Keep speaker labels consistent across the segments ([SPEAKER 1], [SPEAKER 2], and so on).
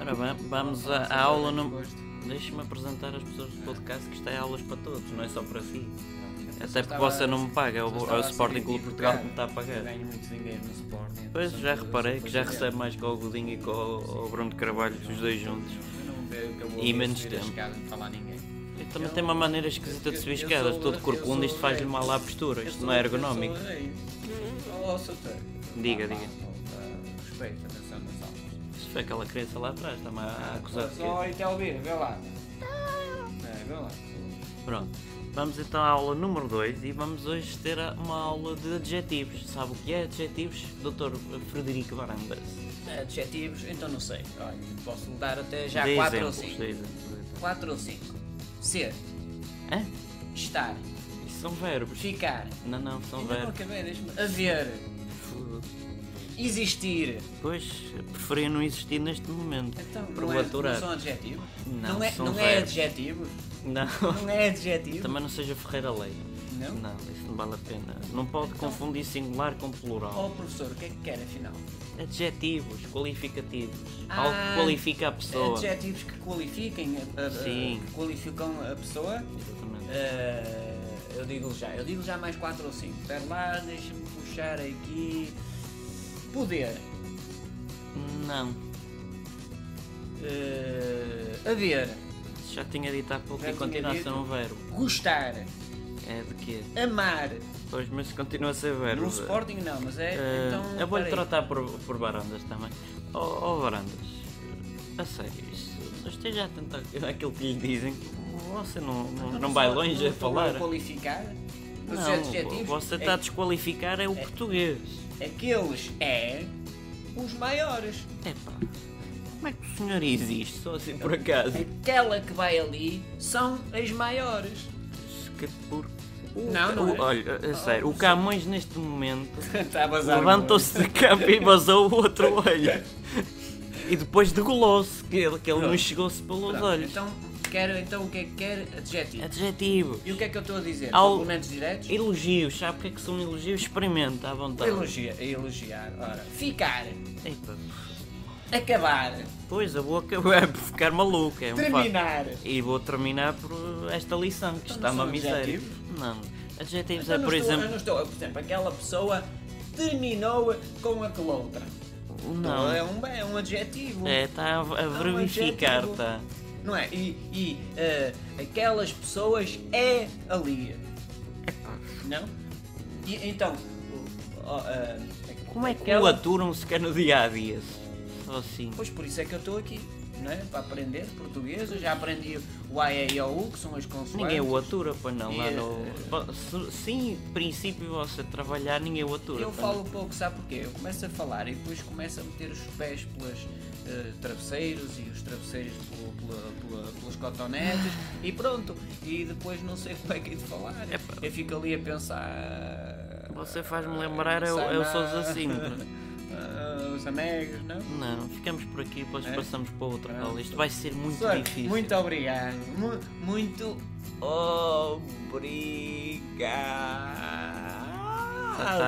[SPEAKER 1] Ora, va- vamos à à aula. Não... Deixa-me apresentar as pessoas do podcast que isto é aulas para todos, não é só para si. Até porque você não me paga, é o, é o Sporting Clube de Portugal que me está a
[SPEAKER 2] Eu
[SPEAKER 1] pagar.
[SPEAKER 2] ganho assim muito dinheiro no Sporting. então
[SPEAKER 1] Pois
[SPEAKER 2] portanto,
[SPEAKER 1] já
[SPEAKER 2] eu sou
[SPEAKER 1] reparei que já
[SPEAKER 2] fazer
[SPEAKER 1] recebe mais com o Godinho e com o, o Bruno de Carvalho, os dois juntos.
[SPEAKER 2] dinheiro. Eu não vejo que eu vou
[SPEAKER 1] E menos
[SPEAKER 2] subir as
[SPEAKER 1] tempo.
[SPEAKER 2] escadas e falar a ninguém.
[SPEAKER 1] E também tem uma maneira esquisita de subir escadas, todo corcunda, isto faz-lhe mal à postura, isto não é ergonómico.
[SPEAKER 2] Oh, Soutor.
[SPEAKER 1] Diga, diga.
[SPEAKER 2] Respeito, atenção nas aulas.
[SPEAKER 1] Isto foi aquela criança lá atrás, está-me a acusar de
[SPEAKER 2] Só
[SPEAKER 1] quê?
[SPEAKER 2] aí, Telvira, vê lá.
[SPEAKER 3] Tá.
[SPEAKER 2] É, vê lá.
[SPEAKER 1] Pronto, vamos então à aula número 2 e vamos hoje ter a- uma aula de adjetivos. Sabe o que é adjetivos? Dr. Frederico Varandas.
[SPEAKER 3] Adjetivos, então não sei. Olha, posso dar até já
[SPEAKER 1] Dê
[SPEAKER 3] 4 ou
[SPEAKER 1] exemplos,
[SPEAKER 3] 5.
[SPEAKER 1] dê exemplos.
[SPEAKER 3] 4 ou 5. Ser,
[SPEAKER 1] Hã?
[SPEAKER 3] estar,
[SPEAKER 1] Isso são verbos.
[SPEAKER 3] ficar.
[SPEAKER 1] Não, não, são
[SPEAKER 3] Ainda não
[SPEAKER 1] verbos.
[SPEAKER 3] acabei, deixa-me. Haver, existir.
[SPEAKER 1] Pois, preferia não existir neste momento.
[SPEAKER 3] Então,
[SPEAKER 1] por um
[SPEAKER 3] não, é, não
[SPEAKER 1] aturar.
[SPEAKER 3] são adjetivos?
[SPEAKER 1] Não,
[SPEAKER 3] é,
[SPEAKER 1] são
[SPEAKER 3] não é
[SPEAKER 1] verbos.
[SPEAKER 3] adjetivo?
[SPEAKER 1] Não.
[SPEAKER 3] Não é adjetivo?
[SPEAKER 1] Também não seja Ferreira Leite.
[SPEAKER 3] Não? Então.
[SPEAKER 1] Não, isso não vale a pena. Não pode confundir singular com plural.
[SPEAKER 3] Oh, professor, o que é que quer afinal?
[SPEAKER 1] Adjetivos, qualificativos.
[SPEAKER 3] Oh. Ah,
[SPEAKER 1] Algo que qualifica a pessoa.
[SPEAKER 3] Adjetivos que qualifiquem a, a- a-
[SPEAKER 1] Sim.
[SPEAKER 3] que qualificam a pessoa?
[SPEAKER 1] Exatamente.
[SPEAKER 3] Eh, eu digo já, eu digo já mais 4 ou 5. Espera lá, deixa-me puxar aqui. Poder.
[SPEAKER 1] Não,
[SPEAKER 3] Eh, haver.
[SPEAKER 1] já tinha dito há pouco
[SPEAKER 3] Já
[SPEAKER 1] e
[SPEAKER 3] tinha
[SPEAKER 1] continua a ser
[SPEAKER 3] dito.
[SPEAKER 1] um verbo.
[SPEAKER 3] Gostar.
[SPEAKER 1] É de quê?
[SPEAKER 3] Amar.
[SPEAKER 1] Pois, mas continua a ser verbo.
[SPEAKER 3] No Sporting não, mas é.
[SPEAKER 1] Eh,
[SPEAKER 3] então,
[SPEAKER 1] eu vou-lhe
[SPEAKER 3] peraí.
[SPEAKER 1] tratar por, por varandas também. Oh, oh, varandas, a sério, isso, esteja atento à- àquilo que lhe dizem. Você não, não, não vai
[SPEAKER 3] sou-
[SPEAKER 1] longe
[SPEAKER 3] não é
[SPEAKER 1] a
[SPEAKER 3] sou
[SPEAKER 1] falar.
[SPEAKER 3] eu qualificar? Os
[SPEAKER 1] Não,
[SPEAKER 3] adjetivos?
[SPEAKER 1] você
[SPEAKER 3] É-
[SPEAKER 1] está a desqualificar é o português.
[SPEAKER 3] Aqueles é. Os maiores.
[SPEAKER 1] Epá, como é que o senhor existe só assim
[SPEAKER 3] É.
[SPEAKER 1] por acaso?
[SPEAKER 3] Aquela que vai ali são as maiores.
[SPEAKER 1] Que por... o,
[SPEAKER 3] Não, não
[SPEAKER 1] o-
[SPEAKER 3] é.
[SPEAKER 1] Olha, a sério, o Camões neste momento
[SPEAKER 3] Está Tá a bazar
[SPEAKER 1] levantou-se de campo e vazou o outro olho. E depois degolou-se, que ele, que ele não chegou-se pelos
[SPEAKER 3] Pronto,
[SPEAKER 1] olhos.
[SPEAKER 3] Então, quero, então o que é que quer? Adjetivo.
[SPEAKER 1] Adjetivo.
[SPEAKER 3] E o que é que eu estou a dizer?
[SPEAKER 1] Ao-
[SPEAKER 3] Complementos diretos?
[SPEAKER 1] Elogios, sabe o que é que são elogios? Experimenta à vontade.
[SPEAKER 3] Elogia, elogiar. Ora, ficar,
[SPEAKER 1] Epa,
[SPEAKER 3] acabar,
[SPEAKER 1] pois a boca vai ficar maluca. É um facto.
[SPEAKER 3] terminar.
[SPEAKER 1] E vou terminar por esta lição, que
[SPEAKER 3] Então
[SPEAKER 1] está
[SPEAKER 3] não
[SPEAKER 1] uma
[SPEAKER 3] são
[SPEAKER 1] miséria.
[SPEAKER 3] adjetivos? Então,
[SPEAKER 1] Não. Adjetivos
[SPEAKER 3] Eu
[SPEAKER 1] é,
[SPEAKER 3] não
[SPEAKER 1] por
[SPEAKER 3] estou-
[SPEAKER 1] exemplo.
[SPEAKER 3] Eu não estou, por exemplo, aquela pessoa terminou com aquela outra.
[SPEAKER 1] Não.
[SPEAKER 3] É um, é um adjetivo.
[SPEAKER 1] É, está a, a
[SPEAKER 3] um
[SPEAKER 1] verificar,
[SPEAKER 3] adjetivo.
[SPEAKER 1] tá.
[SPEAKER 3] Não é? E, e, eh, aquelas pessoas é ali. Não? E, então. o- o- eh,
[SPEAKER 1] Como é que o
[SPEAKER 3] aquela-
[SPEAKER 1] aturam sequer no dia a dia? Só assim.
[SPEAKER 3] Pois por isso é que eu estou aqui, não é? Para aprender português, eu já aprendi o A, E, I, O, U, que são as consoantes.
[SPEAKER 1] Ninguém é o atura, pois não, lá
[SPEAKER 3] E,
[SPEAKER 1] no...
[SPEAKER 3] eh,
[SPEAKER 1] Bo- se- Se em princípio você trabalhar, ninguém o atura.
[SPEAKER 3] Eu
[SPEAKER 1] pois
[SPEAKER 3] falo pouco, sabe porquê? Eu começo a falar e depois começo a meter os pés pelas eh, travesseiros e os travesseiros pelo- pela- pela- pelas cotonetes e pronto. E depois não sei como é que é de falar. Eu fico ali a pensar. eh,
[SPEAKER 1] não. Você faz-me lembrar, eu, eu sou Zacimbra.
[SPEAKER 3] Ah, Os amegas, não?
[SPEAKER 1] Não, ficamos por aqui, depois
[SPEAKER 3] É?
[SPEAKER 1] passamos para outra
[SPEAKER 3] Pronto.
[SPEAKER 1] aula. Isto vai ser muito
[SPEAKER 3] Senhor,
[SPEAKER 1] difícil. Tá,
[SPEAKER 3] Muito obrigado. Mu- muito obrigado.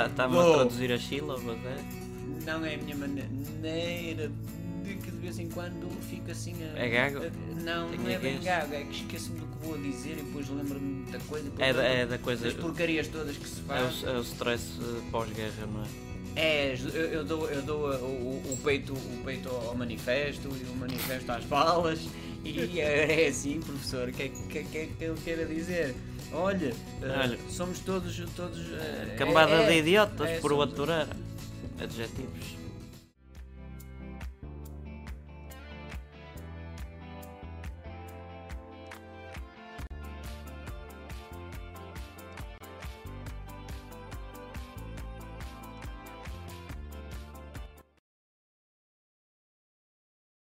[SPEAKER 1] Está-me tá, a traduzir as sílabas, é?
[SPEAKER 3] Não é a minha maneira de que de vez em quando fico assim a.
[SPEAKER 1] É gago?
[SPEAKER 3] a- não,
[SPEAKER 1] Tenho
[SPEAKER 3] não é bem
[SPEAKER 1] gaguez.
[SPEAKER 3] gago, é que esqueço-me do que vou dizer e depois lembro-me da coisa. e depois
[SPEAKER 1] É da, é
[SPEAKER 3] lembro-me
[SPEAKER 1] da coisa.
[SPEAKER 3] Das porcarias todas que se
[SPEAKER 1] É
[SPEAKER 3] faz.
[SPEAKER 1] o, é o stress eh, pós-guerra, não é?
[SPEAKER 3] É, eu, eu dou, eu dou uh, o, o peito, o peito ao manifesto e o manifesto às balas. E é é assim, professor, o que, é que, que, que é que eu quero dizer? Olha, uh,
[SPEAKER 1] Olha.
[SPEAKER 3] somos todos. todos uh,
[SPEAKER 1] Cambada
[SPEAKER 3] é- é-
[SPEAKER 1] de idiotas
[SPEAKER 3] é,
[SPEAKER 1] por o
[SPEAKER 3] somos-
[SPEAKER 1] aturar. Adjetivos.